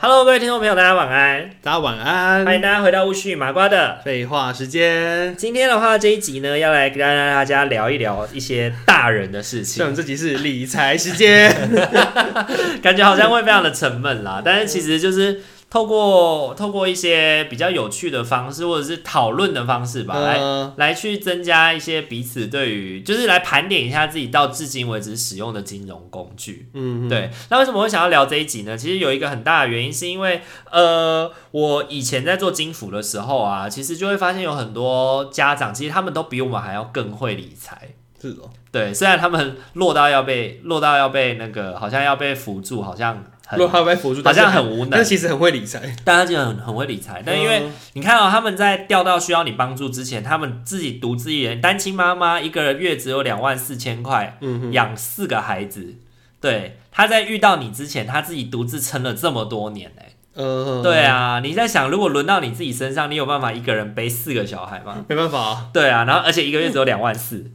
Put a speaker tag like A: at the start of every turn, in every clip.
A: Hello，各位听众朋友，大家晚安，
B: 大家晚
A: 欢迎
B: 安。
A: 大家回到巫师与麻瓜的。
B: 废话时间，
A: 今天的话，这一集呢，要来跟大家聊一聊一些大人的事情，
B: 像我们这集是理财 时间，
A: 感觉好像会非常的沉闷啦，但是其实就是。透过透过一些比较有趣的方式，或者是讨论的方式吧，来
B: 呃，
A: 来去增加一些彼此对于，就是来盘点一下自己到至今为止使用的金融工具。
B: 嗯，
A: 对，那为什么会想要聊这一集呢？其实有一个很大的原因，是因为呃，我以前在做金服的时候啊，其实就会发现有很多家长，其实他们都比我们还要更会理财。
B: 是哦的，
A: 对，虽然他们落到要被落到要被那个，好像要被扶住，好像很
B: 如果他被辅助，
A: 好像
B: 但是
A: 很无
B: 但
A: 能，
B: 是其实很会理财。嗯
A: 大家就很很会理财，但因为你看哦，他们在调到需要你帮助之前，他们自己独自一人，单亲妈妈一个月只有两万四千块，
B: 嗯
A: 养四个孩子。对，他在遇到你之前，他自己独自撑了这么多年呢、
B: 呃，
A: 对，啊，你在想，如果轮到你自己身上，你有办法一个人背四个小孩 吗？
B: 没办法啊，
A: 对啊，然后而且一个月只有两万四，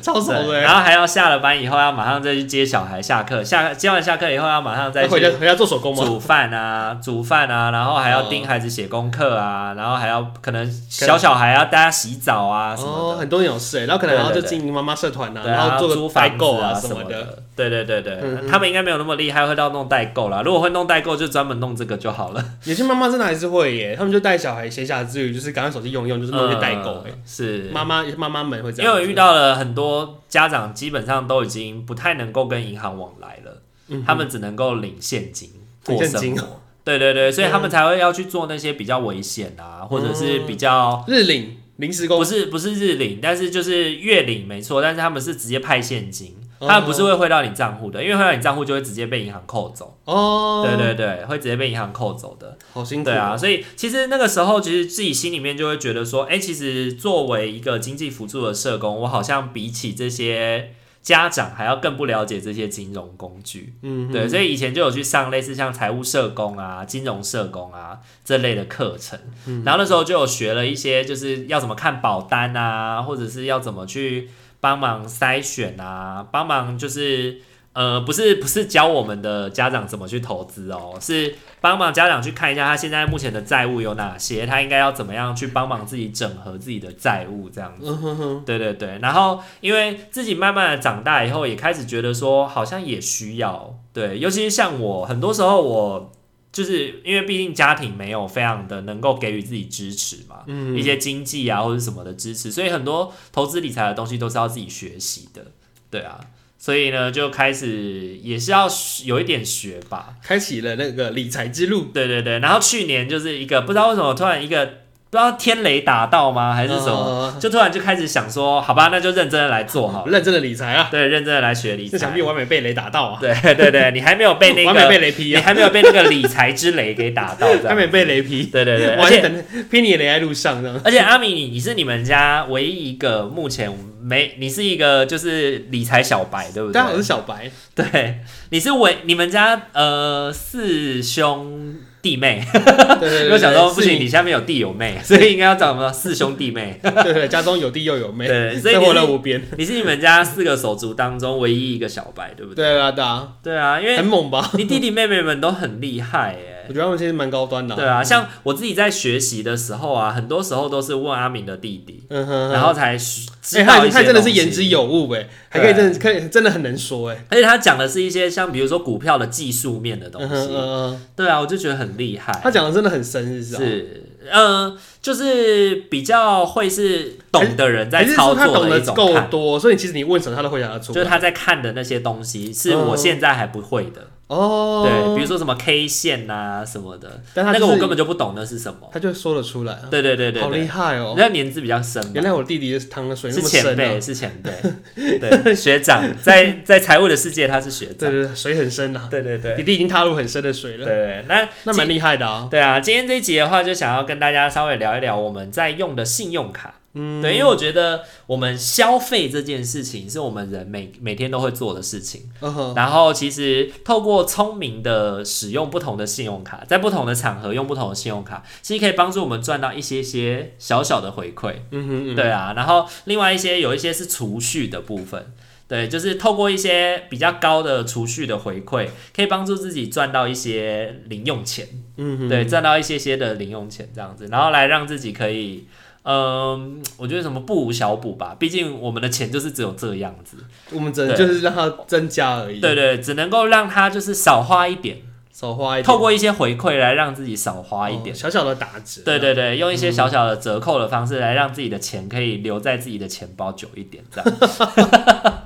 B: 超少
A: 对
B: 的欸。
A: 然后还要下了班以后要马上再去接小孩下课，下接完下课以后要马上再
B: 那
A: 去
B: 回家回家做手工吗？
A: 煮饭啊，煮饭啊，然后还要盯孩子写功课啊，然后还要可能小小孩要大家洗澡啊什
B: 哦，
A: 么的，
B: 很多人有事哎，然后可能然后
A: 对
B: 就
A: 对对
B: 经营妈妈社团呐，
A: 对啊，
B: 然后做
A: 租
B: 个代
A: 房
B: 购
A: 子啊
B: 什
A: 么
B: 的。。
A: 对对对对，
B: 嗯嗯
A: 他们应该没有那么厉害，会到弄代购啦。如果会弄代购，就专门弄这个就好了。
B: 有些妈妈真的还是会耶，他们就带小孩闲暇之余，就是赶快手机用一用，就是弄一些代购哎
A: 嗯。是
B: 妈妈妈妈们会这
A: 因为
B: 样
A: 我
B: 子，
A: 遇到了很多家长，基本上都已经不太能够跟银行往来了，
B: 嗯
A: 他们只能够领现金
B: 领
A: 过
B: 现
A: 生
B: 金
A: 活。对对对，所以他们才会要去做那些比较危险啊，或者是比较
B: 日领临时工
A: 不是不是日领，但是就是月领没错，但是他们是直接派现金，
B: 哦
A: 他们不是会汇到你账户的，因为汇到你账户就会直接被银行扣走。
B: 哦，
A: 对对对，会直接被银行扣走的。
B: 好辛苦
A: 对啊，所以其实那个时候，其实自己心里面就会觉得说，哎，其实作为一个经济辅助的社工，我好像比起这些。家长还要更不了解这些金融工具，
B: 嗯，
A: 对，所以以前就有去上类似像财务社工啊、金融社工啊这类的课程，
B: 嗯
A: 然后那时候就有学了一些，就是要怎么看保单啊，或者是要怎么去帮忙筛选啊，帮忙就是呃，不是不是教我们的家长怎么去投资哦，是帮忙家长去看一下他现在目前的债务有哪些，他应该要怎么样去帮忙自己整合自己的债务这样子。
B: 嗯哼哼，
A: 对对对，然后因为自己慢慢的长大以后，也开始觉得说好像也需要，对，尤其是像我，很多时候我就是因为毕竟家庭没有非常的能够给予自己支持嘛，
B: 嗯
A: 一些经济啊或者什么的支持，所以很多投资理财的东西都是要自己学习的，对啊，所以呢就开始也是要学有一点学吧，
B: 开启了那个理财之路，
A: 对对对，然后去年就是一个不知道为什么突然一个不知道天雷打到吗还是什么，
B: 么？
A: 就突然就开始想说，好吧，那就认真的来做好了，
B: 哦认真的理财啊，
A: 对，认真的来学理
B: 这想必
A: 财。
B: 完美被雷打到啊，
A: 对对对，你还没有被那
B: 完美被
A: 个，
B: 雷劈
A: 你
B: 啊，
A: 还没有被那个理财之雷给打到，这
B: 完
A: 样。
B: 美被雷劈，
A: 对对啊对，
B: 我
A: 而
B: 还
A: 且
B: 等劈你雷在路上这样，
A: 而且阿米，你你是你们家唯一一个目前没，你是一个就是理财小白，对不对
B: 当？啊然我是小 白，
A: 对，你是唯你们家呃四兄弟妹，
B: 对对对，
A: 因为想说
B: 对
A: 不行，你，下面有弟有妹， 所以应该要找什么四兄弟妹。
B: 是你对对，家中有弟又有妹，
A: 对，所以
B: 生活乐
A: 你
B: 无边，
A: 是你是你们家四个手足当中唯一一个小白，对不对？
B: 对啊对啊，
A: 对啊，因
B: 很
A: 为
B: 猛吧？
A: 你弟弟妹妹们都很厉害耶。
B: 我觉得他们其实蛮高端的，
A: 对，啊，像我自己在学习的时候啊，很多时候都是问阿敏的弟弟，
B: 嗯哼哼，
A: 然后才啊知
B: 哎，
A: 道
B: 他
A: 一些
B: 他真的
A: 东
B: 是
A: 西
B: 言之，有物哎，还可以真的可以真的很能说哎，
A: 而且他讲的是一些像比如说股票的技术面的东
B: 嗯哼嗯
A: 西。
B: 嗯，
A: 对啊，我就觉得很厉害。
B: 他讲的真的很深，是不是啊？
A: 是，嗯，就是比较会是懂的人在
B: 还是
A: 操
B: 说他
A: 作
B: 懂
A: 的
B: 得
A: 一种
B: 够
A: 看，
B: 多，所以其实你问什么他都回答得出
A: 就
B: 来
A: 是他在看的那些东西是
B: 啊嗯
A: 我现在还不会的，
B: 哦，
A: 对，比如说什么 K 线呐、什么的，
B: 但他
A: 那个
B: 就
A: 我
B: 是
A: 根本就不懂那是什么。
B: 他就说了出来啊，
A: 对对对对
B: 好厉
A: 对，
B: 害哦
A: 人！家年纪比较深嘛
B: 原来我弟弟淌的水那
A: 是
B: 么
A: 前
B: 深
A: 辈，
B: 啊，
A: 是前辈， 对，学长，在在财务的世界他是学
B: 对
A: 长，
B: 对对，水很深啊，
A: 对对对
B: 你弟已经踏入很深的水
A: 对
B: 了，
A: 对，那
B: 那蛮厉害的啊。
A: 对啊，今天这一集的话，就想要跟大家稍微聊一聊我们在用的信用卡。嗯，对，因为我觉得我们消费这件事情是我们人每每天都会做的事情。
B: 嗯哼，
A: 然后其实透过聪明的使用不同的信用卡，在不同的场合用不同的信用卡，其实可以帮助我们赚到一些些小小的回馈。
B: 嗯哼，
A: 对啊，然后另外一些有一些是储蓄的部分，对，就是透过一些比较高的储蓄的回馈，可以帮助自己赚到一些零用钱，
B: 嗯哼，
A: 对，赚到一些些的零用钱这样子，然后来让自己可以。嗯，我觉得什么不无小补吧，毕竟我们的钱就是只有这样子，
B: 我们只能
A: 对
B: 就是让它增加而已，
A: 对，对，只能够让它就是少花一点，
B: 少花一点，
A: 透过一些回馈来让自己少花一点
B: 哦，小嗯小的打折，
A: 对，对对，用一些小小的折扣的方式来让自己的钱可以留在自己的钱包久一点，这样。
B: 增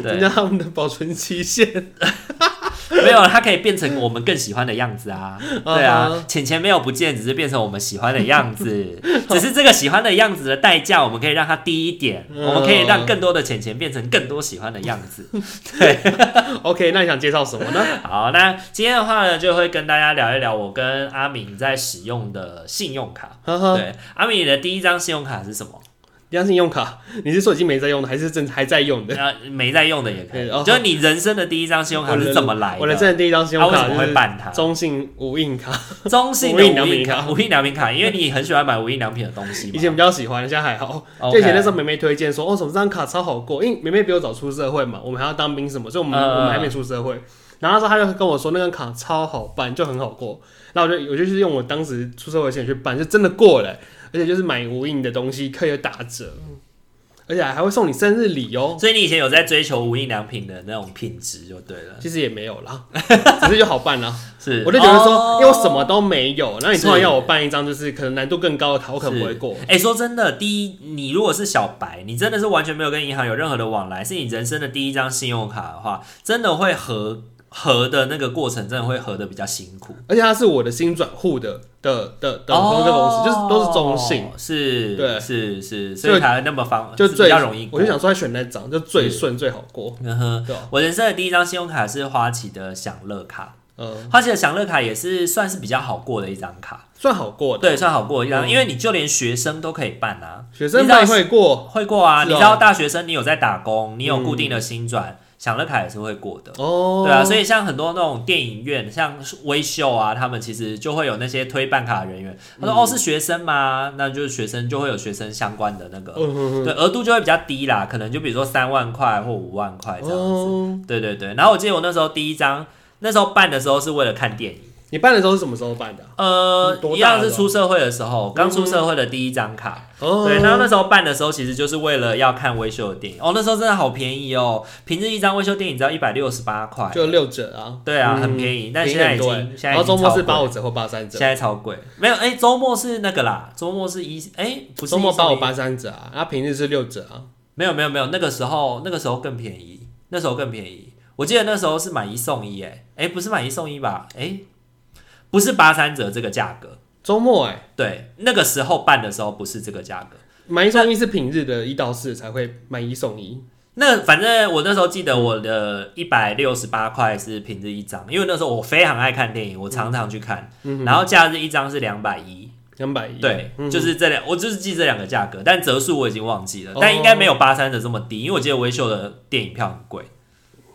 A: 对，
B: 加他们的保存期限，
A: 没有，它可以变成我们更喜欢的样子 啊。对
B: 嗯
A: 啊，钱钱没有不见，只是变成我们喜欢的样 子。只是这个喜欢的样子的代价，我们可以让它低一点，
B: 嗯
A: 我们可以让更多的钱钱变成更多喜欢的样 子。对，
B: OK，那你想介绍什么呢？
A: 好，那今天的话呢，就会跟大家聊一聊我跟阿敏在使用的信用卡。
B: 哈哈，
A: 对，阿敏你的第一张信用卡是什么？
B: 一样信用卡，你是说已经没在用的，还是正还在用的？
A: 呃，没在用的也可以
B: 对哦，
A: 就是你人生的第一张信用卡是怎么来
B: 我的
A: 的？啊
B: 真的第一张信用
A: 他为
B: 卡
A: 什么
B: 就
A: 会
B: 是
A: 办它？
B: 中信无印卡，
A: 中信的
B: 无印良
A: 无印
B: 品
A: 卡，
B: 卡
A: 无印良品卡，因为你很喜欢哦买无印良品的东西
B: 以
A: 嘛。
B: 前比较喜欢，现在还好。
A: OK
B: 就以前那时候妹妹推荐说，哦，什么这张卡超好过，因为妹妹比我早出社会嘛，我们还要当兵什么，所以我
A: 嗯
B: 们、
A: 嗯
B: 我们还没出社会。然后那时候她就跟我说，那张卡超好办，就很好过。那我就我就是用我当时出社会的钱去办，就真的过了、而且就是买无印的东西可以有打折，而且还会送你生日礼哦。
A: 所以你以前有在追求无印良品的那种品质就对了，
B: 其实也没有啦，只是就好办啦。啊
A: 是。
B: 我就觉得
A: 哦
B: 说，因为我什么都没有，那你突然
A: 是
B: 要我办一张，就是可能难度更高的卡，我可能不会过。
A: 哎、说真的，第一，你如果是小白，你真的是完全没有跟银行有任何的往来，是你人生的第一张信用卡的话，真的会合合的那个过程，真的会合的比较辛苦。
B: 而且它是我的新转户的的的的合作公司，就是都是中性，
A: 哦，是，
B: 对
A: 是是，
B: 就
A: 所以才那么方，
B: 就是
A: 哦比
B: 最
A: 较容易过。
B: 我就想说，选那张就最顺最好过，
A: 嗯哼，
B: 对啊吧？
A: 我人生的第一张信用卡是花旗的享乐卡，
B: 嗯，
A: 花旗的享乐卡也是算是比较好过的一张卡，
B: 算好过的。
A: 对，算好过的一张，因为你就连学生都可以办啊，
B: 学生办会过
A: 会过啊，
B: 是哦
A: 你知道大学生你有在打工，你有固定的薪转，享乐卡也是会过的。
B: 哦，
A: 对啊，所
B: 以
A: 以像很多那种电影院，像微秀啊，他们其实就会有那些推办卡人员，他
B: 嗯
A: 说、哦是学生吗？那就是学生就会有学生相关的那个，
B: 嗯
A: 对，额度就会比较低啦，可能就比如说三万块或五万块这样子。
B: 哦，
A: 对对对，然后我记得我那时候第一张，那时候办的时候是为了看电影，
B: 你办的时候是什么时候办的啊？
A: 呃
B: 嗯，多大
A: 一样是
B: 了
A: 出社会的时候，刚出社会的第一张卡。
B: 哦，
A: 对，然后那时候办的时候，其实就是为了要看微秀的电影。哦，那时候真的好便宜哦，平日一张微秀电影只要一百六十八块。
B: 就六折啊，
A: 对啊，
B: 嗯
A: 很便宜，但
B: 便宜
A: 现在已
B: 很多
A: 经
B: 欸
A: 现在已
B: 然后周
A: 经
B: 末
A: 超
B: 是
A: 贵
B: 八五折或八三
A: 现
B: 折，
A: 在超贵，没有哎，周末是那个啦，周末是一哎，不是
B: 周末
A: 一送
B: 八
A: 一
B: 五八三折啊，然后平日是六折啊，
A: 没有没有没有，那个时候那个时候更便宜，那时候更便宜。我记得那时候是买一送一、哎，哎、不是买一送一吧？哎、不是八三折这个价格，
B: 周末哎。
A: 对，那个时候办的时候不是这个价格。
B: 买一送一是平日的一到四才会买一送一，
A: 那反正我那时候记得我的一百六十八块是平日一张，因为那时候我非常爱看电影，我常常去看，然后假日一张是两百一，
B: 两百一。
A: 对，
B: 嗯
A: 就是这两，我就是记这两个价格，但折数我已经忘记了
B: 哦，
A: 但应该没有八三折这么低，因为我记得微秀的电影票很贵，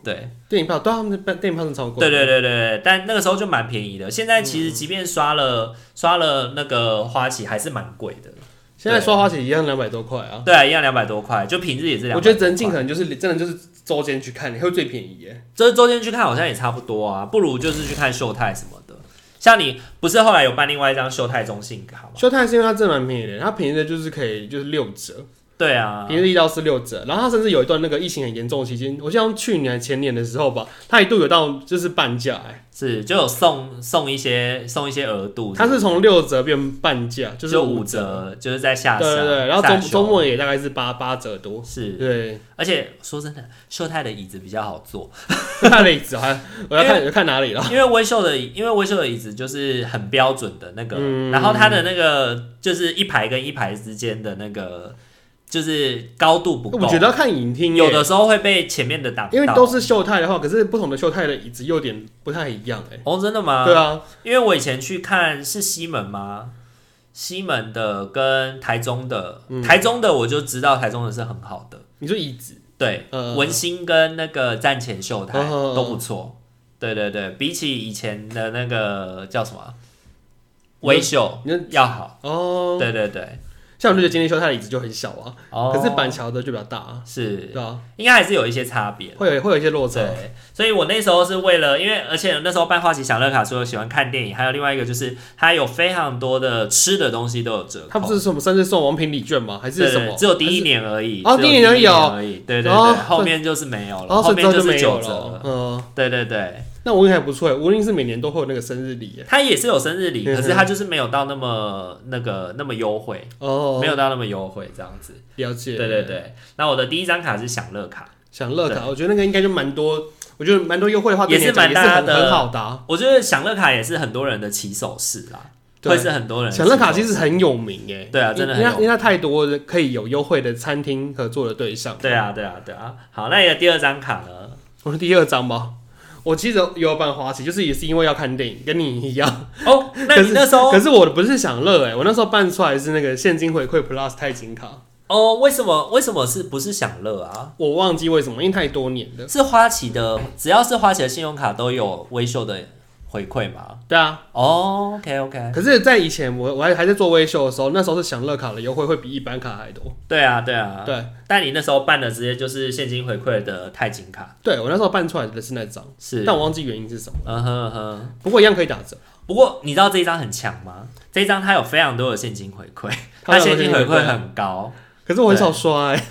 A: 对。
B: 电影票，对啊他们的电影票是超贵
A: 对
B: 的。
A: 对对对对，但那个时候就蛮便宜的。现在其实即便刷了、刷了那个花旗，还是蛮贵的。
B: 现在刷花旗一样两百多块啊，
A: 对啊，一样两百多块，就平日也是两。
B: 我觉得人尽可能就是真的就是周间去看，你会最便宜耶。
A: 就是周间去看好像也差不多啊，不如就是去看秀泰什么的。像你不是后来有办另外一张秀泰中信卡吗？
B: 秀泰是因为它真的蛮便宜的，它便宜的就是可以就是六折，
A: 对啊，
B: 平日一到四六折，然后它甚至有一段那个疫情很严重的期间，我像去年还前年的时候吧，它一度有到就是半价、哎，
A: 是就有送送一些送一些额度，
B: 它是从六折变半价，
A: 就
B: 就是
A: 五
B: 折，
A: 折，就是在下
B: 对对对，然后
A: 下
B: 周
A: 修
B: 周末也大概是八八折多，
A: 是，
B: 对，
A: 而且说真的，秀泰的椅子比较好 坐，
B: 看椅子还我要看看哪里了，
A: 因为微秀的椅，因为微秀的椅子就是很标准的那个，
B: 嗯
A: 然后它的那个就是一排跟一排之间的那个就是高度不够，
B: 我觉得要看影厅、
A: 有
B: 哎
A: 的时候会被前面的挡到，
B: 因为都是秀泰的话，可是不同的秀泰的椅子又有点不太一样哎、
A: 哦，真的吗？
B: 对啊，
A: 因为我以前去看是西门吗？西门的跟台中的，
B: 嗯
A: 台中的我就知道台中的是很好的，
B: 你说椅子，
A: 对，
B: 嗯
A: 文心跟那个站前秀台
B: 嗯嗯嗯
A: 都不错，对对对，比起以前的那个叫什么
B: 你说
A: 微秀
B: 你说
A: 要好，
B: 哦，
A: 对对对，
B: 像我就觉得今天秀泰的椅子就很小啊，
A: 哦，
B: 可是板桥的就比较大啊，
A: 是
B: 对啊，
A: 应该还是有一些差别。
B: 会有会有一些落差，
A: 对，所以我那时候是为了，因为而且那时候办花旗享乐卡，除了喜欢看电影，还有另外一个就是它有非常多的吃的东西都有折扣。
B: 他不是什么甚至送王品礼券吗？还是
A: 对
B: 什
A: 对
B: 么？
A: 只有第一年而已。
B: 哦
A: 只有
B: 第一年而已哦
A: 而已。对对对，
B: 哦
A: 后面就是没有
B: 然
A: 了，
B: 后
A: 后
B: 哦所以之
A: 面
B: 后就是没有
A: 九折
B: 了。
A: 了。
B: 嗯，
A: 对对对，
B: 那无印还不错，无印是每年都会有那个生日礼耶。
A: 它也是有生日礼，
B: 嗯
A: 可
B: 哼
A: 是它就是没有到那么那个那么优惠，
B: 哦，
A: 没有到那么优惠这样子。
B: 了解。
A: 对对，对，那我的第一张卡是享乐卡，
B: 享乐卡，我觉得那个应该就蛮多，我觉得蛮多优惠的话，
A: 也是
B: 对
A: 蛮
B: 你来讲也
A: 大
B: 是
A: 的
B: 很很好的啊。
A: 我觉得享乐卡也是很多人的起手式啦，
B: 对
A: 会是很多人的
B: 享乐卡
A: 起
B: 其
A: 手式
B: 实很有名耶，
A: 对啊真的很
B: 因为
A: 有
B: 它因为它太多的可以有优惠的餐厅合作的对象。
A: 对啊对啊对啊。好，那你的第二张卡呢？
B: 我说第二张吧，我记得有办花旗，就是也是因为要看电影，跟你一样。
A: 哦， 那你那时候
B: 可是我的不是享乐哎，我那时候办出来是那个现金回馈 Plus 钛金卡，
A: 哦，为什么为什么是不是享乐啊？
B: 我忘记为什么，因为太多年了。
A: 是花旗的，只要是花旗的信用卡都有微秀的回馈嘛？
B: 对啊，
A: 哦、o k OK，
B: 可是，在以前我我还还在做微秀的时候，那时候是享乐卡的优惠会比一般卡还多。
A: 对啊对啊，
B: 对，
A: 但你那时候办的直接就是现金回馈的钛金卡，
B: 对我那时候办出来的是那张，
A: 是，
B: 但我忘记原因是什么。
A: 嗯哼嗯哼。
B: 不过一样可以打折，
A: 不过你知道这一张很强吗？这一张它有非常多的现金回馈，它
B: 它有
A: 现金回
B: 现金
A: 馈
B: 回馈
A: 很高，
B: 可是我很少刷哎、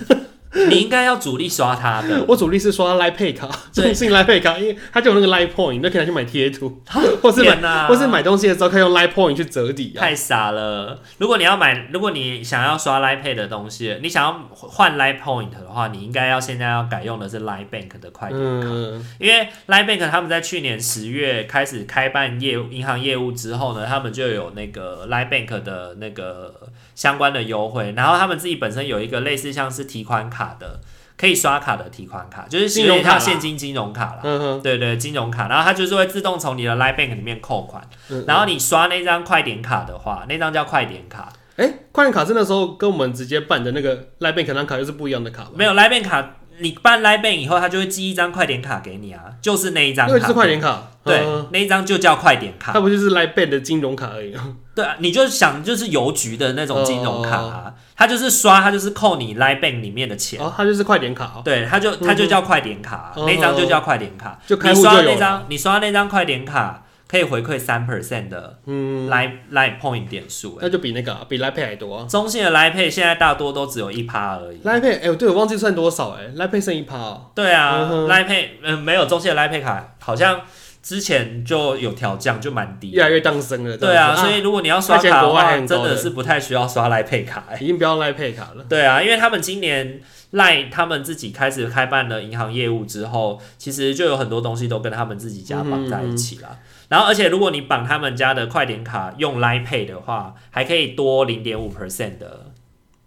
A: 你应该要主力刷它 的。
B: 我主力是刷 Line Pay 卡，
A: 对
B: 中信 Line Pay 卡，因为它就有那个 Line Point，你就可以拿去买贴图，或是买
A: 天哪
B: 或是买东西的时候可以用 Line Point 去折抵啊。
A: 太傻了！如果你要买，如果你想要刷 Line Pay 的东西，你想要换 Line Point 的话，你应该要现在要改用的是 Line Bank 的快
B: 嗯，
A: 因为 Line Bank 他们在去年十月开始开办业务银行业务之后呢，他们就有那个 Line Bank 的那个相关的优惠，然后他们自己本身有一个类似像是提款卡的，可以刷卡的提款卡，就是有点像现金金融卡啦。
B: 嗯哼，
A: 对对，金融卡，然后它就是会自动从你的 Line Bank 里面扣款，
B: 嗯
A: 然后你刷那张快点卡的话，那张叫快点卡，
B: 哎、快点卡是那时候跟我们直接办的那个 Line Pay 可能卡又是不一样的卡吧？
A: 没有 Line Bank 卡，你办 Line Bank 以后，它就会寄一张快点卡给你啊，就是那一张
B: 那
A: 卡，
B: 个就是快点卡，
A: 对
B: 嗯，
A: 那一张就叫快点卡
B: 它。不就是 Line Pay 的金融卡而已吗？
A: 对啊，你就想就是邮局的那种金
B: 嗯
A: 融卡啊，它就是刷，它就是扣你 Line Bank 里面的钱，
B: 哦，它就是快点卡哦。
A: 对，它就它就叫快点卡啊，
B: 嗯
A: 那张就叫快点卡，
B: 就开
A: 你
B: 户就有
A: 刷
B: 了
A: 那张，你刷那张快点卡可以回馈三 percent 的
B: 嗯，
A: Line、Line Point 点数、欸，
B: 那就比那个、啊、比 Line Pay 还多、啊。
A: 中信的 Line Pay 现在大多都只有一趴而已。
B: Line Pay，哎、对我忘记算多少哎、l i n e Pay 剩一趴哦。
A: 对啊、
B: 嗯哼
A: l i n e Pay 嗯、没有中信的 Line Pay 卡，好像之前就有调降，就蛮低
B: 越
A: 的。
B: 来越当生了。
A: 对啊，
B: 这样
A: 所
B: 子
A: 以如果你要刷
B: 而且
A: 卡的
B: 国外
A: 话，
B: 很高
A: 真
B: 的
A: 的是不太需要刷 Line Pay 卡、欸
B: 啊、已经不要 Line Pay 卡了。
A: 对啊，因为他们今年赖他们自己开始开办了银行业务之后，其实就有很多东西都跟他们自己家绑在一起
B: 嗯
A: 啦。然后，而且如果你绑他们家的快点卡用 Line Pay 的话，还可以多零点五 percent 的，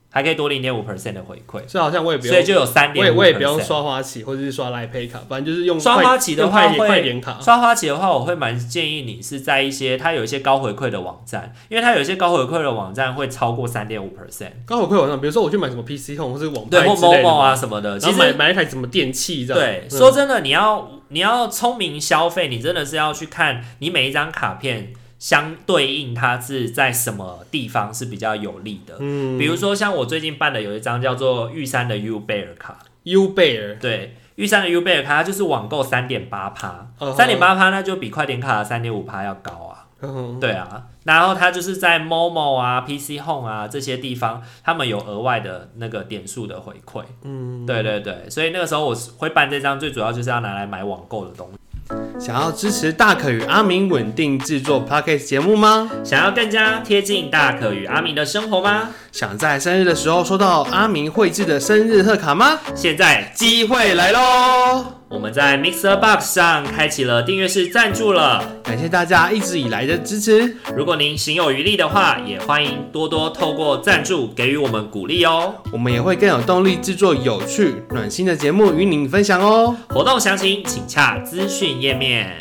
A: 还可以多零点五 percent 的回馈，
B: 所以好像我也不
A: 所以
B: 用，
A: 就有三
B: 我也
A: 点五
B: 我也不
A: percent
B: 用。刷花旗或者是刷 Line Pay 卡，反正就是用
A: 刷
B: 快
A: 花旗的
B: 用
A: 话
B: 快点
A: 会
B: 快点卡。
A: 刷花旗的话，我会蛮建议你是在一些它有一些高回馈的网站，因为它有一些高回馈的网站会超过三点五 percent，
B: 刚好会网上，比如说我去买什么 PC Home 或是网
A: 对，
B: 哦拍
A: 或
B: 之
A: 某
B: 类的
A: 某
B: 嘛，
A: 啊什么的，
B: 然
A: 其
B: 后
A: 实
B: 买买一台什么电器这样。
A: 对，
B: 嗯
A: 说真的，你要你要聪明消费，你真的是要去看你每一张卡片相对应它是在什么地方是比较有利的。
B: 嗯
A: 比如说像我最近办的有一张叫做玉山的 U 贝尔卡，
B: ，U 贝尔
A: 对，玉山的 U 贝尔卡它就是网购三点八趴
B: 嗯，哼
A: 三点八趴那就比快点卡的三点五趴要高啊。
B: 嗯，
A: 对啊，然后它就是在 Momo 啊、PC Home 啊这些地方，他们有额外的那个点数的回馈。嗯，对对对，所以那个时候我是会办这张，最主要就是要拿来买网购的东西。
B: 想要支持大可与阿明稳定制作 podcast 节目吗？
A: 想要更加贴近大可与阿明的生活吗？
B: 想在生日的时候收到阿明绘制的生日贺卡吗？
A: 现在
B: 机会来喽！
A: 我们在 Mixer Box 上开启了订阅式赞助了。
B: 感谢大家一直以来的支持，
A: 如果您行有余力的话，也欢迎多多透过赞助给予我们鼓励哦。
B: 我们也会更有动力制作有趣、暖心的节目与您分享哦。
A: 活动详情请洽资讯页面。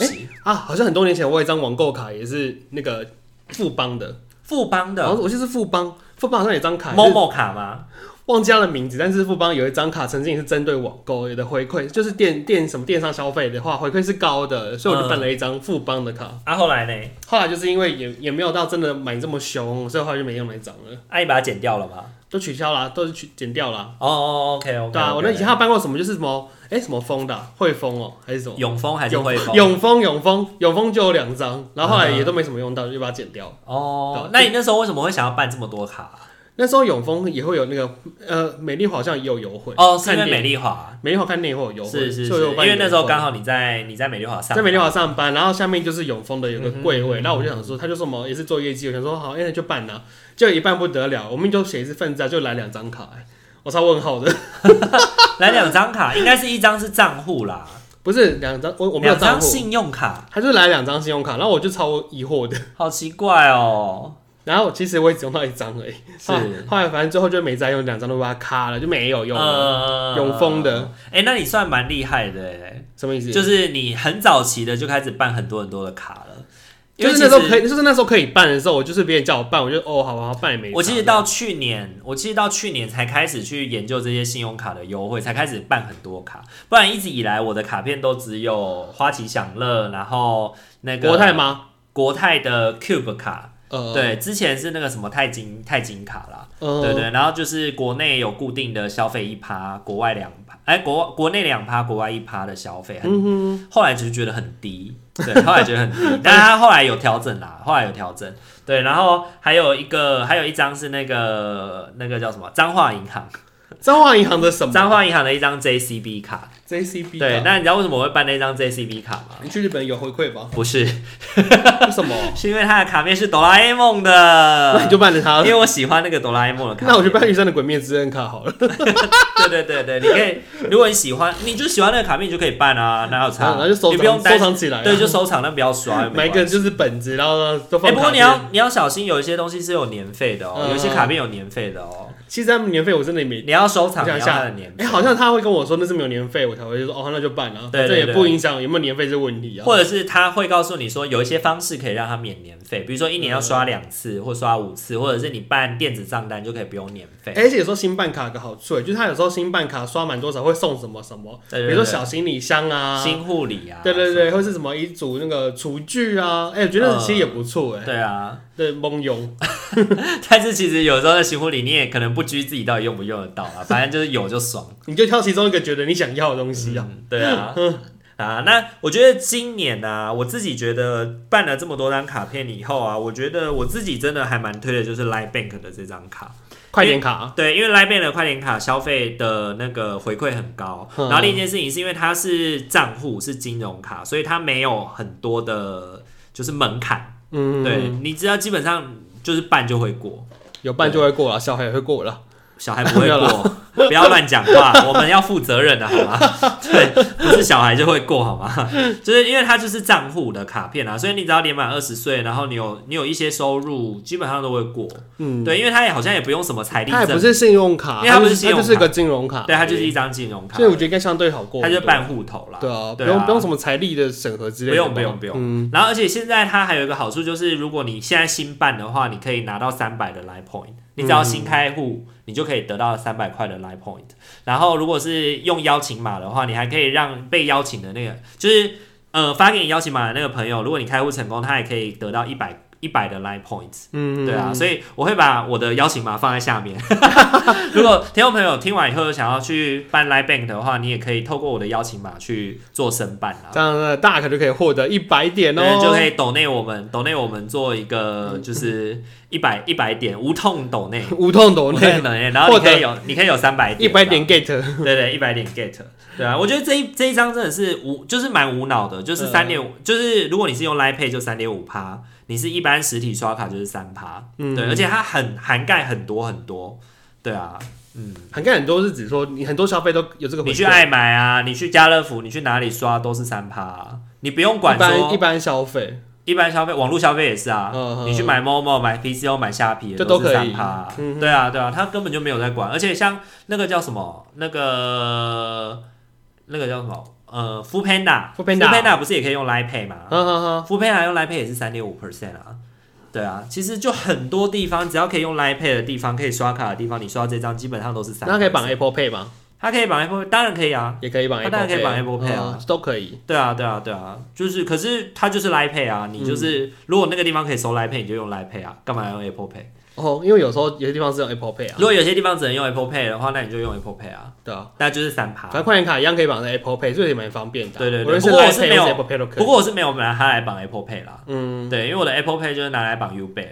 B: 诶啊，好像很多年前我有一张网购卡，也是那个富邦的，
A: 富邦
B: 好
A: 的
B: 像是我记得是富邦，富邦好像有一张卡，就是
A: Momo 卡吗？
B: 忘记它的名字，但是富邦有一张卡曾经也是针对网购有的回馈，就是电电什么电商消费的话，回馈是高的，所以我就办了一张富邦的卡。
A: 啊，后来呢？
B: 后来就是因为也也没有到真的买这么凶，所以后来就没用那一张了，
A: 啊，你把它剪掉了吗？
B: 都取消啦，都是取剪掉啦。
A: 哦哦，OK OK。
B: 对啊，我那以前还有办过什么，就是什么，哎、什么风的啊、汇丰哦，还是什么？
A: 永丰还是汇丰？
B: 永丰，永丰，永丰就有两张，然后后来也都没什么用到，就把它剪掉。
A: 哦
B: 对，
A: 那你那时候为什么会想要办这么多卡啊？
B: 那时候永丰也会有那个，呃，美丽华好像也有优惠
A: 哦，是因为
B: 看
A: 美
B: 电
A: 丽华，
B: 美丽华看电影会有优惠，
A: 是是是，
B: 所以我
A: 因
B: 有办
A: 为那时候
B: 永丰
A: 刚好你在你在美丽华上班，嗯
B: 在美丽华上班，然后下面就是永丰的有个柜位，然后我就想说，他就说什么也是做业绩，我想说好，哎那就办了、就一办不得了，我们就写一次份子啊，就来两张卡、哎我超问号的，
A: 来两张卡，应该是一张是账户啦，
B: 不是两张，我我没有
A: 两
B: 账
A: 张
B: 户，
A: 信用卡，
B: 他就来两张信用卡，然后我就超疑惑的，
A: 好奇怪哦。
B: 然后其实我也只用到一张而已，
A: 是
B: 后来后来反正最后就没再用，两张都把它卡了，就没有用了，
A: 呃
B: 永丰的，
A: 哎、那你算蛮厉害的哎，
B: 什么意思？
A: 就是你很早期的就开始办很多很多的卡了，因
B: 就
A: 为
B: 是那时候
A: 其实
B: 可以，就是那时候可以办的时候，我就是别人叫我办，我就哦好啊，办也没差。
A: 我其实到去年，我其实到去年才开始去研究这些信用卡的优惠，才开始办很多卡，不然一直以来我的卡片都只有花旗享乐，然后那个
B: 国泰？吗？
A: 国泰的 Cube 卡，
B: 呃，
A: 对，之前是那个什么钛金钛金卡啦，
B: 呃，
A: 对对，然后就是国内有固定的消费一趴，国外两趴，哎，国国内两趴，国外一趴的消费，
B: 嗯
A: 很、后来就是觉得很低，对，后来觉得很低，但他后来有调整啦，后来有调整，对，然后还有一个，还有一张是那个那个叫什么彰化银行，
B: 彰化银行的什么？
A: 彰化银行的一张 JCB 卡，
B: JCB
A: 对，
B: 吧
A: 那你知道为什么我会办那张 JCB 卡吗？
B: 你去日本有回馈吧？
A: 不是，
B: 为什么？
A: 是因为它的卡面是哆啦 A 梦
B: 那你
A: 的，
B: 就办了它
A: 因。为我喜欢那个哆啦 A 梦的卡片，
B: 那我就办玉山的《鬼灭之刃》卡 好了，
A: 对对对对，你可以，如果你喜欢，你就喜欢那个卡片，你就可以办啊，哪有差？
B: 然后就收
A: 你不用
B: 藏
A: 担心，
B: 收藏起来啊。
A: 对，就收藏，但不要刷。
B: 买
A: 没
B: 一个
A: 关系
B: 就是本子，然后都
A: 哎、
B: 放。
A: 不过你要你要小心，有一些东西是有年费的哦，
B: 嗯
A: 有一些卡片有年费的哦，
B: 其实他们年费我真的也没，
A: 你要收藏，
B: 我
A: 你要
B: 想
A: 它
B: 一下
A: 的年，费，
B: 哎，好像他会跟我说那是没有年费，我才会说哦，那就办了。
A: 对对
B: 这也
A: 对
B: 不影响有没有年费这个问题啊。
A: 或者是他会告诉你说，有一些方式可以让他免年费，比如说一年要刷两次，或刷五次，或者是你办电子账单就可以不用年费。
B: 哎而且有时候新办卡有个好处，就是他有时候新办卡刷满多少会送什么什么，
A: 对
B: 比
A: 对对
B: 如说小行李箱啊，
A: 新护理啊，
B: 对对对，或是什么一组那个厨具啊，哎，我觉得其实也不错哎，
A: 对啊，
B: 对，蒙用，
A: 但是其实有时候在新护理你也可能不拘自己到底用不用得到啊，反正就是有就爽。
B: 你就挑其中一个觉得你想要的东西啊。
A: 嗯对啊，啊，那我觉得今年呢、啊我自己觉得办了这么多张卡片以后啊，我觉得我自己真的还蛮推的，就是 Line Bank 的这张卡。
B: 快点卡、啊，
A: 对，因为 Line Bank 的快点卡消费的那个回馈很高，
B: 嗯
A: 然后另一件事情是因为它是账户是金融卡，所以它没有很多的，就是门槛。
B: 嗯，
A: 对，，你只要基本上就是办就会过。
B: 有办就会过了，小孩也会过了，
A: 小孩不会
B: 没有
A: 过，不要乱讲话， 我们要负责任的好吗？ 对，不是小孩就会过好吗？ 就是因为它就是账户的卡片啊，所以你只要年满二十岁，然后你有你有一些收入，基本上都会过。
B: 嗯，
A: 对，因为它也好像也不用什么财力
B: 他也不
A: 证，
B: 是信用卡，
A: 因为它不是
B: 就
A: 信用
B: 它
A: 卡
B: 就是一个金融卡，
A: 对，它就是一张金融卡
B: 所以，我觉得应该相对好过
A: 它
B: 很
A: 就
B: 多，
A: 是办户头啦。
B: 对啊，不
A: 对
B: 用
A: 啊
B: 不用什么财力的审核之类的
A: 不
B: 吧，
A: 用不用不用
B: 嗯，
A: 然后，而且现在它还有一个好处就是，如果你现在新办的话，你可以拿到三百的 Line Point，你只要新开
B: 嗯
A: 户，你就可以得到三百块的 Line Point。然后，如果是用邀请码的话，你还可以让被邀请的那个，就是呃发给你邀请码的那个朋友，如果你开户成功，他也可以得到一百一百的 Line Points。
B: 嗯，
A: 对啊，
B: 嗯
A: 所以我会把我的邀请码放在下 面。如果听众朋友听完以后有想要去办 Line Bank 的话，你也可以透过我的邀请码去做申办啊。
B: 这样的大可就可以获得一百点哦、
A: 对，就可以抖内我们抖内我们做一个就是一百一百点无痛抖内，
B: 无痛抖
A: 无痛
B: 内
A: 抖内，然后你可
B: 获得
A: 以有你可以有三百
B: 一
A: 点，
B: 百点 get，
A: 对对，一百点 get，对啊，我觉得这一这一张真的是无，就是蛮无脑的，就是
B: 嗯
A: 三点五，就是如果你是用 Line Pay 就三点五趴，你是一般实体刷卡就是三趴，
B: 嗯
A: 对，而且它很涵盖很多很多，对啊，嗯，
B: 涵盖很多是指说你很多消费都有这个回馈。
A: 你去爱买啊，你去家乐福，你去哪里刷都是三趴、啊，你不用管
B: 一般一
A: 说
B: 般消费，
A: 一般消费，网络消费也是啊，
B: 嗯
A: 你去买 Momo、买 PCO、买虾皮，
B: 这
A: 都
B: 都可
A: 是
B: 以
A: 三趴啊、
B: 嗯
A: 对啊，对啊，他根本就没有在管，而且像那个叫什么，那个那个叫什么，呃，Food Panda，
B: Foodpanda 嗯
A: 不是也可以用 Line Pay 吗
B: 哈哈哈，
A: ？Food Panda 用 Line Pay 也是三点五 percent 啊。对啊，其实就很多地方，只要可以用 Line Pay 的地方，可以刷卡的地方，你刷这张基本上都是三。
B: 那可以绑，Apple Pay 吗？
A: 它可以绑 Apple，当然可以啊。
B: 也可以绑
A: 它
B: Apple，
A: 当然可以
B: Pay
A: 绑 Apple Pay 啊
B: 嗯都可以。
A: 对啊，对啊，对啊，就是，可是它就是 Line Pay 啊，你就是、
B: 嗯
A: 如果那个地方可以收 Line Pay，你就用 Line Pay 啊，干嘛要用 Apple Pay？
B: 哦，因为有时候有些地方是用 Apple Pay 啊
A: 如，果有些地方只能用 Apple Pay 的话，那你就用 Apple Pay 啊，
B: 对啊，
A: 那就是三
B: 反
A: 趴
B: 正。快点卡一样可以绑在 Apple Pay，所以也蛮方便的啊。
A: 对对对
B: 无论是
A: 不过我
B: Line
A: 是
B: Pay
A: 没有
B: 还是 Apple Pay 都可
A: 不
B: 以。
A: 过我是没有拿它来绑 Apple Pay 啦，
B: 嗯
A: 对，因为我的 Apple Pay 就是拿来绑 U Bear，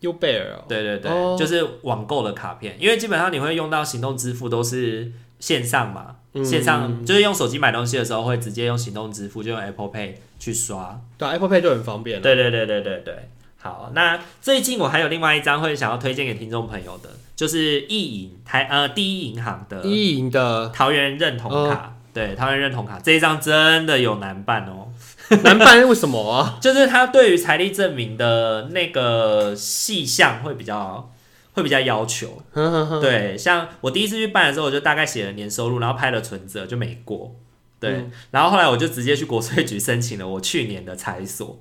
B: ，U Bear 哦，
A: 对对对，
B: 哦
A: 就是网购的卡片，因为基本上你会用到行动支付都是线上嘛，
B: 嗯
A: 线上就是用手机买东西的时候会直接用行动支付，就用 Apple Pay 去刷，
B: 对啊，Apple Pay 就很方便了。
A: 对对对对对对。好，那最近我还有另外一张会想要推荐给听众朋友的，就是意银台呃第一银行的
B: 一银的
A: 桃园认同卡。对桃园认同卡这一张真的有难办哦，
B: 难办，为什么啊？
A: 就是它对于财力证明的那个细项会比较会比较要求。
B: 哼哼哼
A: 对，像我第一次去办的时候，我就大概写了年收入，然后拍了存折，就没过。对，然后后来我就直接去国税局申请了我去年的财所。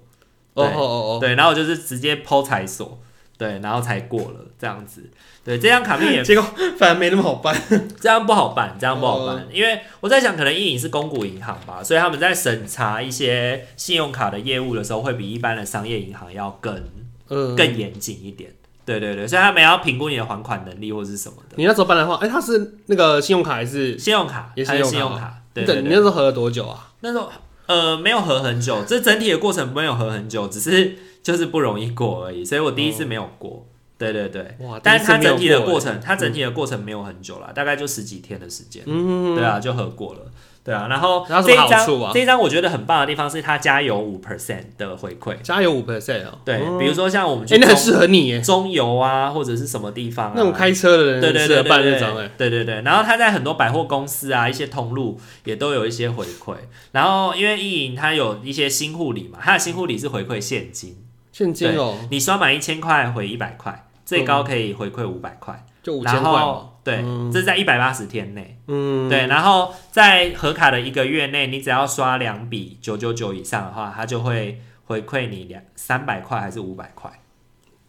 B: 哦
A: 对
B: 哦哦哦，
A: 对，然后我就是直接剖财所，对，然后才过了这样子。对，这张卡片也
B: 结果反而没那么好办。
A: 这样不好办，这样不好办，
B: 哦
A: 因为我在想，可能意影是公股银行吧，所以他们在审查一些信用卡的业务的时候，会比一般的商业银行要更
B: 嗯，
A: 更严谨一点。对对对，所以他们也要评估你的还款能力或是什么的。
B: 你那时候办的话，哎，它是那个信用卡还是？
A: 信用卡
B: 也是
A: 还有
B: 信
A: 信
B: 用
A: 用
B: 卡哦
A: 卡，对
B: 你
A: 对
B: 等你那
A: 对，
B: 时候合了多久啊？
A: 那时候呃没有合很久，这整体的过程没有合很久，只是就是不容易过而已，所以我第
B: 哦
A: 一次没有过。对对对，
B: 哇，
A: 但
B: 啊第
A: 是
B: 一次
A: 它
B: 没有
A: 整体的
B: 过欸
A: 过程，它整体的过程没有很久啦，大概就十几天的时间。
B: 嗯，
A: 对啊，就合过了。对啊，然后
B: 那有什
A: 这
B: 么
A: 一
B: 好处啊
A: 张这一张我觉得很棒的地方是它加油五 percent 的回馈。
B: 加油五 percent 哦。
A: 对，
B: 嗯
A: 比如说像我们
B: 哎，
A: 去
B: 那
A: 中
B: 很适合你耶，
A: 中游啊，或者是什么地方啊，
B: 那种开车的人
A: 对
B: 很
A: 对
B: 适合
A: 对
B: 办
A: 对
B: 那种哎
A: 对。对对对，然后它在很多百货公司啊，一些通路也都有一些回馈。然后因为意银它有一些新护理嘛，它的新护理是回馈现金，
B: 现金哦、
A: 你刷满一千块回一百块，最
B: 嗯
A: 高可以回馈五百块。
B: 就五千
A: 然
B: 块嘛，
A: 后对，
B: 嗯
A: 这是在一百八十天内。
B: 嗯，
A: 对，然后在合卡的一个月内，你只要刷两笔九九九以上的话，它就会回馈你两三百块还是五百块。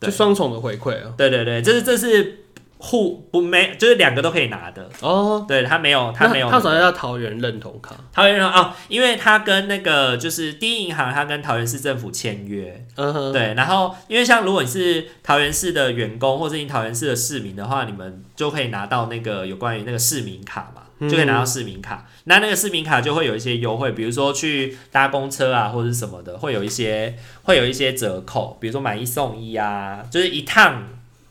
B: 就双重的回馈哦、
A: 对对对，这是这是互不没，就是两个都可以拿的。
B: 哦，
A: 对，它没有，它
B: 那
A: 没有
B: 他
A: 那
B: 首先
A: 个，
B: 要桃园认同卡，
A: 它会让哦，因为它跟那个就是第一银行，它跟桃园市政府签约。
B: 嗯哼，
A: 对，然后因为像如果你是桃园市的员工，或是你桃园市的市民的话，你们就可以拿到那个有关于那个市民卡嘛，就可以拿到市民卡。那那个市民卡就会有一些优惠，比如说去搭公车啊，或者是什么的，会有一些会有一些折扣，比如说买一送一啊，就是一趟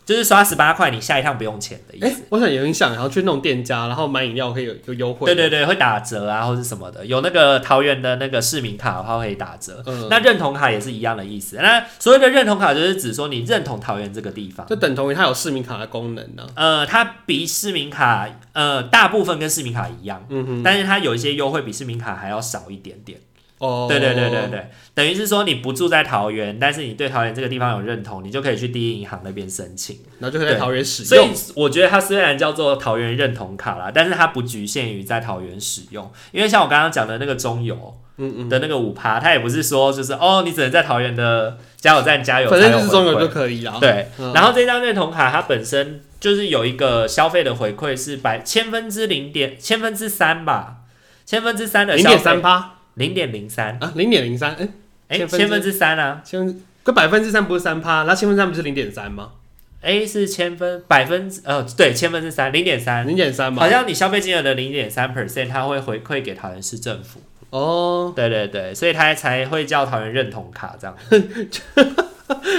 A: 就是刷十八块，你下一趟不用钱的意思。
B: 哎、我想有印象，然后去那种店家，然后买饮料可以有有优惠，
A: 对对对，会打折啊，或是什么的。有那个桃园的那个市民卡的话，会打折。
B: 嗯
A: 那认同卡也是一样的意思。那所谓的认同卡，就是指说你认同桃园这个地方。
B: 就等同于它有市民卡的功能啊呢、
A: 呃，它比市民卡呃大部分跟市民卡一样，
B: 嗯哼，
A: 但是它有一些优惠比市民卡还要少一点点。
B: 哦，
A: 对对对对，对，等于是说你不住在桃园，但是你对桃园这个地方有认同，你就可以去第一银行那边申请。
B: 然后就可以在
A: 对
B: 桃园使
A: 所以
B: 用，
A: 我觉得它虽然叫做桃园认同卡啦，但是它不局限于在桃园使用，因为像我刚刚讲的那个中油
B: 嗯嗯，
A: 的那个五趴，它也不是说就是哦，你只能在桃园的加油站加油才
B: 反
A: 有回馈，
B: 正就是中油就可以啦，，
A: 对。
B: 嗯、
A: 然后这张认同卡它本身就是有一个消费的回馈是百千分之零点千分之三吧，千分之三的
B: 零
A: 消
B: 点三
A: 费
B: 八
A: 零点零三，
B: 啊，零点零三，哎，
A: 哎，
B: 千分之
A: 千分之三啊，
B: 千分可百分之三不是三趴，那千分之三不是零点三吗？
A: A 是千分百分之呃对千分之三零点三，
B: 零点三嘛
A: 好。像你消费金额的零点三 percent，他会回馈给桃园市政府。
B: 哦，
A: 对对对，所以他才会叫桃园认同卡 这样。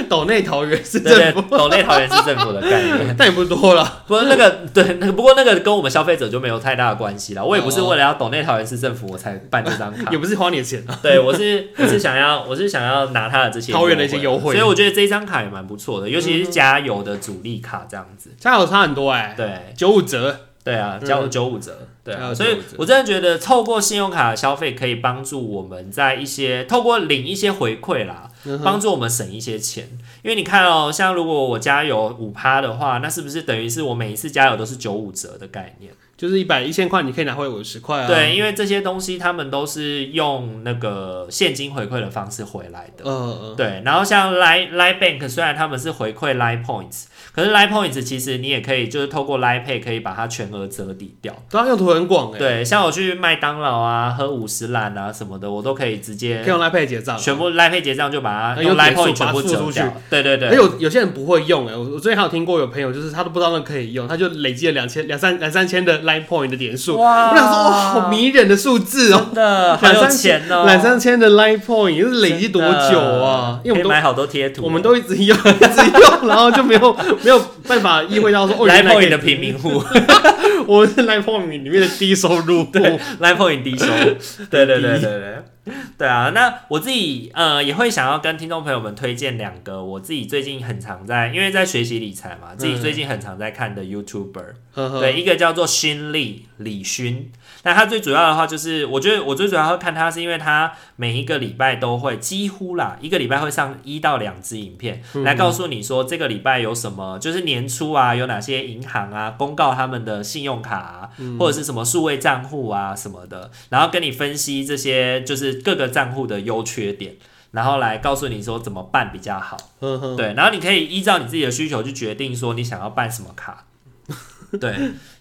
B: 岛内桃园是
A: 对对
B: 政府，，
A: 懂内桃园市政府的概 念。
B: 但也不多了。
A: 不过那个对，那个不过那个跟我们消费者就没有太大的关系了。我也不是为了要懂内桃园市政府我才办这张卡
B: 也，不是花你的钱啊。
A: 对我是我是想要我是想要拿他的这些
B: 桃园的一些优惠
A: 所以我觉得这一张卡也蛮不错的，尤其是加油的主力卡这样子。
B: 加油差很多哎、
A: 对
B: 九五折，
A: 对啊，
B: 嗯
A: 加我九五折，对
B: 加
A: 啊，
B: 我
A: 所以
B: 95折
A: 我真的觉得透过信用卡的消费可以帮助我们在一些透过领一些回馈啦，
B: 嗯
A: 帮助我们省一些钱。因为你看哦，像如果我加油五趴的话，那是不是等于是我每一次加油都是九五折的概念？
B: 就是一百一千块，你可以拿回五十块啊。
A: 对，，因为这些东西他们都是用那个现金回馈的方式回来的。
B: 嗯嗯，
A: 对，然后像 Line Line Bank 虽然他们是回馈 Line Points，可是 Line Points 其实你也可以就是透过 Line Pay 可以把它全额折抵掉。
B: 对啊，用途很广哎、
A: 对，像我去麦当劳啊、喝五十兰啊什么的，我都可以直接
B: 可以用来配结账。
A: 全部来配结账，就把它
B: 哎
A: 用
B: 用
A: 来
B: 点数
A: point 全
B: 把它
A: 部
B: 付
A: 折
B: 出
A: 掉。对对对，
B: 哎，有有些人不会用哎、我我最近还有听过有朋友就是他都不知道那可以用，他就累积了两千两三两三千的 Line Point 的点数，
A: 哇
B: 我想说哇，好迷人的数字哦、
A: 真的很
B: 两
A: 有
B: 三
A: 钱哦，
B: 两三千的 Line Point 也是累积多久啊？因
A: 真的可以
B: 为我们
A: 买好多贴
B: 都
A: 图，啊
B: 我们都一直用， 一直用，然后就没有没有办法意会到说哦，
A: 来
B: 原来可
A: point
B: 以
A: 的平民户
B: 我是 Line Point 里面的低收 入户。
A: 来 point 低收， 对对对对
B: 低
A: 对。对啊，那我自己呃也会想要跟听众朋友们推荐两个我自己最近很常在，因为在学习理财嘛，自己最近很常在看的 YouTuber，
B: 呵呵
A: 对，一个叫做勋利李勋。那他最主要的话就是，我觉得我最主要会看他，是因为他每一个礼拜都会几乎啦，一个礼拜会上一到两支影片，
B: 嗯
A: 来告诉你说这个礼拜有什么，就是年初啊有哪些银行啊公告他们的信用卡、啊
B: 嗯
A: 或者是什么数位账户啊什么的，然后跟你分析这些就是各个账户的优缺点，然后来告诉你说怎么办比较好。
B: 呵呵
A: 对，然后你可以依照你自己的需求去决定说你想要办什么 卡，对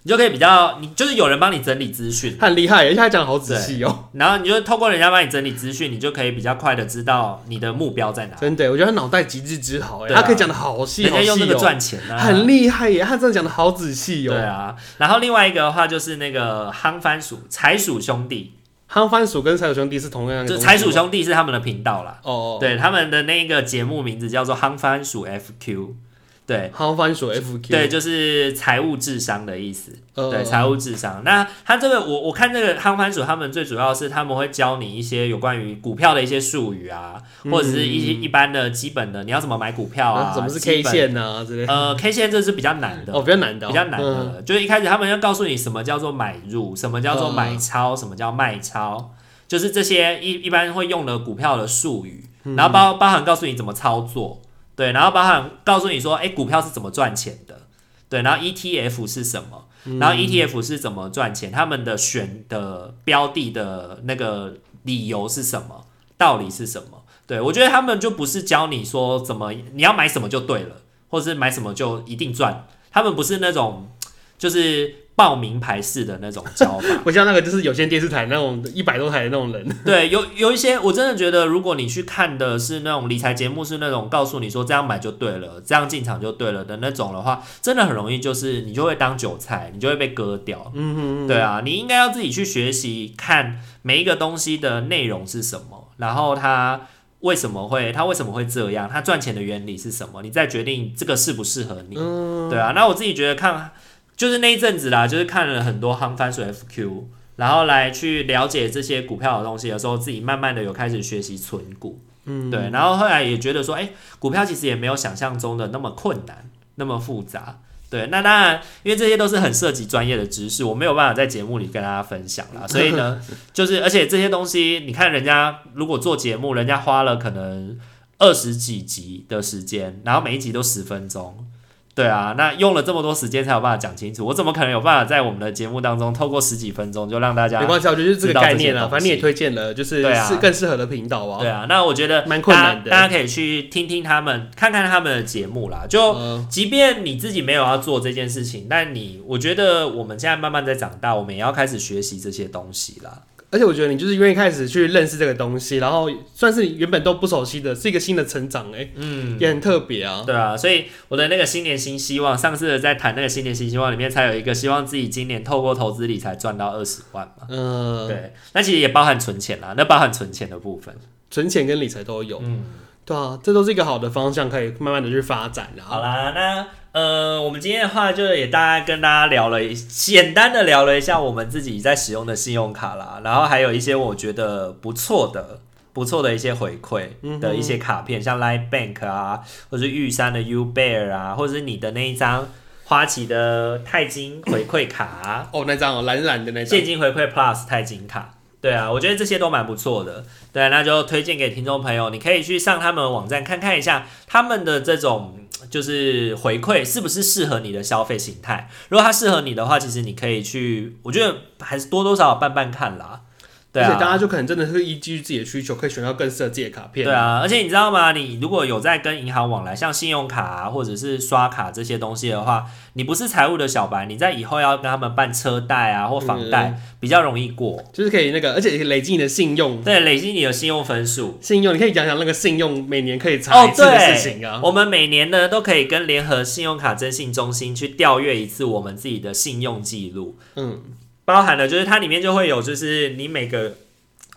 A: 你就可以比较，你就是有人帮你整理资讯，
B: 他很厉害耶，而且他讲得好仔细哦，
A: 然后你就透过人家帮你整理资讯，你就可以比较快的知道你的目标在哪。
B: 真的，我觉得他脑袋极致之好哎，
A: 对啊
B: 他可以讲的好细
A: 人
B: 好
A: 家用那
B: 细
A: 个
B: 哦，
A: 赚钱啊，
B: 很厉害耶，他真的讲的好仔细
A: 对
B: 哦。
A: 啊。然后另外一个的话就是那个夯番薯财鼠兄弟，
B: 夯番薯跟财鼠兄弟是同样的
A: 就
B: 东西吗，
A: 财鼠兄弟是他们的频道啦，
B: 哦，哦
A: 对他们的那个节目名字叫做夯番薯 FQ，对，
B: 夯番薯 FQ，
A: 对，，就是财务智商的意思。
B: 呃
A: 对，财务智商。那他这个，我我看这个夯番薯，他们最主要是他们会教你一些有关于股票的一些术语啊，或者是一些一般的基本的，你要怎么买股票啊？
B: 啊，嗯什么是
A: 基
B: K
A: 本？
B: 线呐之类的，
A: 呃，K 线这是比较难的。
B: 哦，比较难的哦，
A: 比较难
B: 嗯，
A: 的，就是一开始他们要告诉你什么叫做买入，什么叫做买超，什么叫卖超，就是这些一一般会用的股票的术语，然后包包含告诉你怎么操作，对，然后包含告诉你说，哎、股票是怎么赚钱的，对，然后 ETF 是什么，然后 ETF 是怎么赚钱，他们的选的标的的那个理由是什么，道理是什么。对，我觉得他们就不是教你说怎么你要买什么就对了，或者是买什么就一定赚，他们不是那种就是报名牌式的那种 教法。
B: 不嗯像那个就是有线电视台那种一百多台的那种人，
A: 对，有有一些我真的觉得，如果你去看的是那种理财节目，是那种告诉你说这样买就对了，这样进场就对了的那种的话，真的很容易就是你就会当韭菜，你就会被割掉。嗯嗯，对啊，你应该要自己去学习，看每一个东西的内容是什么，然后它。为什么会它为什么会这样？它赚钱的原理是什么？你再决定这个适不适合你，对啊。那我自己觉得看，就是那一阵子啦，就是看了很多夯番薯 FQ，然后来去了解这些股票的东西的时候，自己慢慢的有开始学习存股，嗯，对，然后后来也觉得说，哎，股票其实也没有想象中的那么困难，那么复杂。对，那当然，因为这些都是很涉及专业的知识，我没有办法在节目里跟大家分享啦。所以呢，就是而且这些东西，你看人家如果做节目，人家花了可能二十几集的时间，然后每一集都十分钟，对啊，那用了这么多时间才有办法讲清楚，我怎么可能有办法在我们的节目当中透过十几分钟就让大家
B: 没关系啊，我觉得就是这个概念
A: 知道这些东
B: 啊，
A: 西
B: 反正你也推荐了，就是
A: 对啊
B: 是更适合的频道
A: 对
B: 啊，
A: 啊，那我觉得
B: 蛮困难
A: 大家，
B: 的
A: 大家可以去听听他们，看看他们的节目啦。就
B: 嗯
A: 即便你自己没有要做这件事情，但你我觉得我们现在慢慢在长大，我们也要开始学习这些东西啦。
B: 而且我觉得你就是愿意开始去认识这个东西，然后算是你原本都不熟悉的，是一个新的成长、欸，哎，
A: 嗯，
B: 也很特别啊。
A: 对啊，所以我的那个新年新希望，上次在谈那个新年新希望里面，才有一个希望自己今年透过投资理财赚到二十万嘛。
B: 嗯、
A: 对，那其实也包含存钱啦，那包含存钱的部分。
B: 存钱跟理财都有，
A: 嗯，
B: 对啊，这都是一个好的方向，可以慢慢的去发展啊。
A: 好啦，那呃，我们今天的话就也大概跟大家聊了一，简单的聊了一下我们自己在使用的信用卡啦，然后还有一些我觉得不错的。不错的一些回馈的一些卡片，像 Line Bank 啊，或者是玉山的 U Bear 啊，或者是你的那一张花旗的钛金回馈卡啊、
B: 哦，那张哦，蓝蓝的那张
A: 现，金回馈 Plus 钛金卡。对啊，我觉得这些都蛮不错的。对啊、那就推荐给听众朋友，你可以去上他们的网站看看一下他们的这种就是回馈是不是适合你的消费形态。如果它适合你的话，其实你可以去，我觉得还是多多少少办办看啦。对
B: 而且大
A: 啊，
B: 家就可能真的是依据自己的需求，可以选到更适合自己的卡片。
A: 对啊，而且你知道吗？你如果有在跟银行往来，像信用卡、啊、或者是刷卡这些东西的话，你不是财务的小白，你在以后要跟他们办车贷啊或房贷，
B: 嗯
A: 比较容易过。
B: 就是可以那个，而且累积你的信用，
A: 对，累积你的信用分数。
B: 信用你可以讲讲那个信用每年可以查一次的事情啊。
A: 我们每年呢都可以跟联合信用卡征信中心去调阅一次我们自己的信用记录，
B: 嗯，
A: 包含了就是它里面就会有就是你每个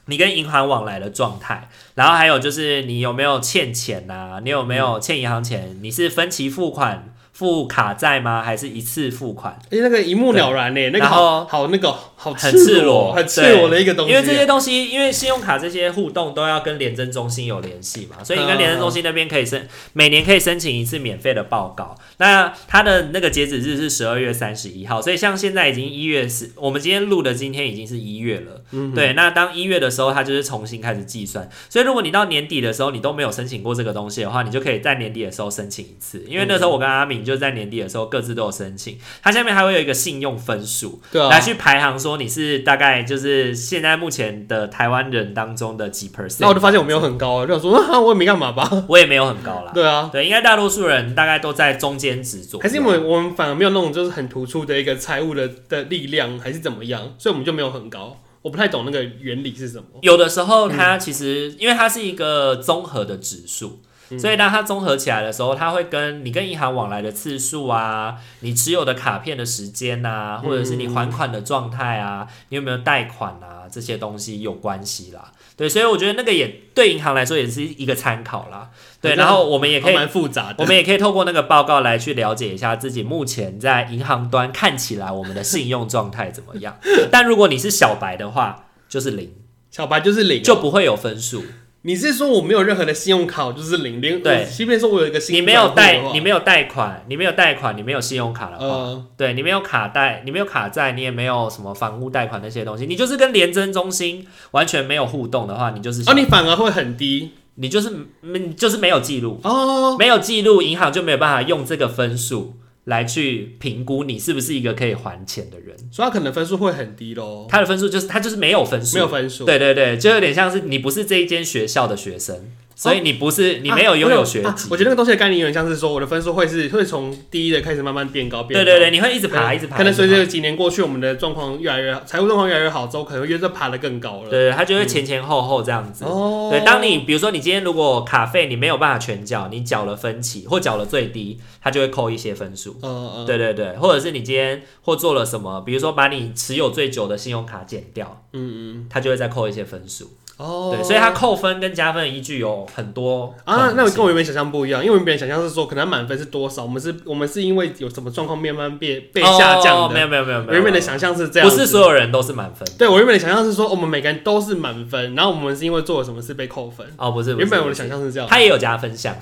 A: 你跟银行往来的状态，然后还有就是你有没有欠钱呐、你有没有欠银行钱？你是分期付款付卡债吗？还是一次付款？
B: 而且哎那个一目了然呢、欸那个
A: 然
B: 好
A: 后
B: 好那个好
A: 很
B: 赤
A: 赤裸
B: 很赤
A: 对
B: 裸的一个东西。
A: 因为这些东西，因为信用卡这些互动都要跟廉政中心有联系嘛，所以你跟廉政中心那边可以
B: 嗯
A: 申，每年可以申请一次免费的报告。那它的那个截止日是十二月三十一号，所以像现在已经一月十，我们今天录的今天已经是一月了，
B: 嗯
A: 对。那当一月的时候，它就是重新开始计算。所以如果你到年底的时候你都没有申请过这个东西的话，你就可以在年底的时候申请一次，因为
B: 嗯
A: 那时候我跟阿敏就在年底的时候各自都有申请。它下面还会有一个信用分数，
B: 对啊
A: 来，去排行说你是大概就是现在目前的台湾人当中的几 percent。
B: 那我就发现我没有，很高啊，就想说 啊，我也没干嘛吧。
A: 我也没有很高啦。
B: 对啊，
A: 对，应该大多数人大概都在中间值左右。
B: 还是因为我们反而没有那种就是很突出的一个财务的的力量，还是怎么样，所以我们就没有很高。我不太懂那个原理是什么。
A: 有的时候它其实、因为它是一个综合的指数。所以当它综合起来的时候，它会跟你跟银行往来的次数啊，你持有的卡片的时间呐、啊，或者是你还款的状态啊，你有没有贷款啊，这些东西有关系啦。对，所以我觉得那个也对银行来说也是一个参考啦。对，
B: 好像
A: 然后我们也可以
B: 还哦蛮复杂的。
A: 我们也可以透过那个报告来去了解一下自己目前在银行端看起来我们的信用状态怎么样。但如果你是小白的话，就是零，
B: 小白就是零啊，
A: 就不会有分数。
B: 你是说我没有任何的信用卡，我就是零零？呃
A: 对
B: 即便说我有一个新
A: 你没有贷，你
B: 没
A: 没有贷款，你没有贷款，你没有信用卡的话，
B: 呃，
A: 对你没有卡贷，你没有卡债，你也没有什么房屋贷款那些东西，你就是跟廉征中心完全没有互动的话，你就是小、
B: 哦，你反而会很低
A: 你就是你就是没有记录，
B: 哦。
A: 没有记录，银行就没有办法用这个分数来去评估你是不是一个可以还钱的人。
B: 所以他可能分数会很低喽，
A: 他的分数就是他就是没有分数，
B: 哦没有分数。
A: 对对对，就有点像是你不是这一间学校的学生，所以你不是、你没有拥有学籍、
B: 哦啊我觉得那个东西的概念有点像是说，我的分数会是会从低的开始慢慢变高，变
A: 对
B: 高
A: 对对，，你会一直
B: 可
A: 爬，
B: 能
A: 一直爬，
B: 可能随
A: 一直
B: 着几年过去，我们的状况越来越好，财务状况越来越好之后，可能会越着爬得更高
A: 爬对
B: 了。
A: 对，他就会前前后后这样子。
B: 哦，
A: 对，当你比如说你今天如果卡费你没有办法全缴，你缴了分期或缴了最低，他就会扣一些分数。
B: 呃呃，
A: 对对对，或者是你今天或做了什么，比如说把你持有最久的信用卡减掉，
B: 嗯嗯，
A: 他就会再扣一些分数。
B: 哦，
A: 对，所以他扣分跟加分的依据有很多
B: 啊，
A: 种
B: 那我
A: 性
B: 跟我原本想象不一样，因为我原本想象是说，可能他满分是多少，我们是，我们是因为有什么状况慢慢被被下
A: 哦
B: 降
A: 没
B: 的。
A: 有没有没有没
B: 我
A: 有，
B: 原本的想象是这样
A: 不
B: 子，
A: 是所有人都是满分
B: 对我原本的想象是说，我们每个人都是满分，然后我们是因为做了什么事被扣分。
A: 哦，不是。不是
B: 原本我
A: 不
B: 的
A: 是
B: 想象是这样，
A: 他也有加分项，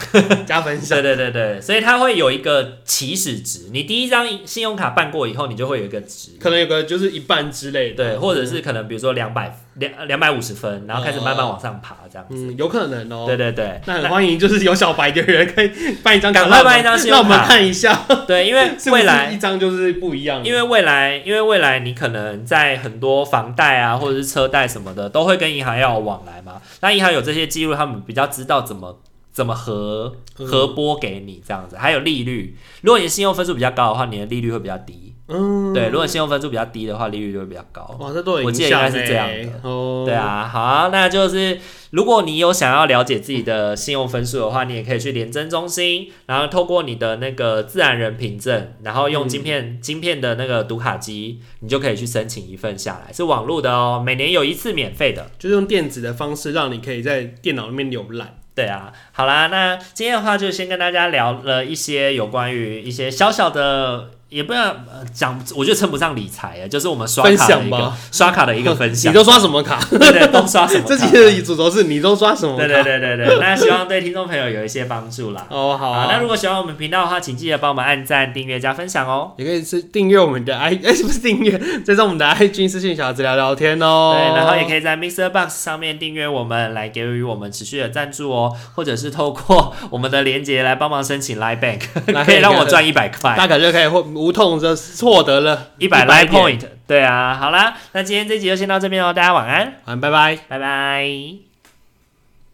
B: 加分 项
A: 对对对对，所以他会有一个起始值。你第一张信用卡办过以后，你就会有一个值，
B: 可能有个就是一半之类的，
A: 对，或者是可能比如说两百两两百五十分，然后开始慢慢往上爬这样子。
B: 哦嗯，有可能哦、
A: 对对对
B: 那很欢迎，就是有小白的人可以办一张卡，
A: 赶快
B: 让我们
A: 办一张信用
B: 让我们
A: 卡
B: 看一下，
A: 对，因为
B: 是不
A: 未
B: 是
A: 来
B: 一张就是不一样的。
A: 因为未来，因为未来你可能在很多房贷啊，或者是车贷什么的，都会跟银行要有往来嘛。那银行有这些记录，他们比较知道怎么怎么核
B: 嗯
A: 核拨给你这样子，还有利率。如果你的信用分数比较高的话，你的利率会比较低。
B: 嗯，
A: 对，如果信用分数比较低的话，利率就会比较高。
B: 哇，这都有
A: 我
B: 影
A: 记得应
B: 响
A: 该
B: 欸、
A: 是这样的
B: 哦，
A: 对，啊，好啊那就是如果你有想要了解自己的信用分数的话，你也可以去廉征中心，然后透过你的那个自然人凭证，然后
B: 嗯
A: 用晶片、晶片的那个读卡机，你就可以去申请一份下来，是网络的哦，每年有一次免费的。
B: 就是用电子的方式让你可以在电脑里面浏览。
A: 对啊，好啦，那今天的话就先跟大家聊了一些有关于一些小小的，也不要呃讲，我觉得称不上理财啊，就是我们刷卡的
B: 分享
A: 一个
B: 吧
A: 刷卡的一个分享。
B: 你都刷什么卡？
A: 对对，都刷什么卡？
B: 这期的主轴是你都刷什么卡？
A: 对对对对对，那希望对听众朋友有一些帮助啦。
B: 哦，好、
A: 那如果喜欢我们频道的话，请记得帮我们按赞、订阅、加分享哦。
B: 也可以是订阅我们的 i，哎、 不是订阅，追踪我们的 IG 私信小子聊聊天哦。
A: 对，然后也可
B: 以
A: 以在 Mr. Box 上面订阅我们，来给予我们持续的赞助哦，或者是透过我们的连接来帮忙申请 Line Bank，
B: Line
A: 可以让我赚一百块，
B: 大概就可以获无痛的获得了
A: 一百 Line
B: 100点
A: Point。对啊，好啦，那今天这集就先到这边哦，大家晚安，
B: 好，拜拜。
A: 拜拜。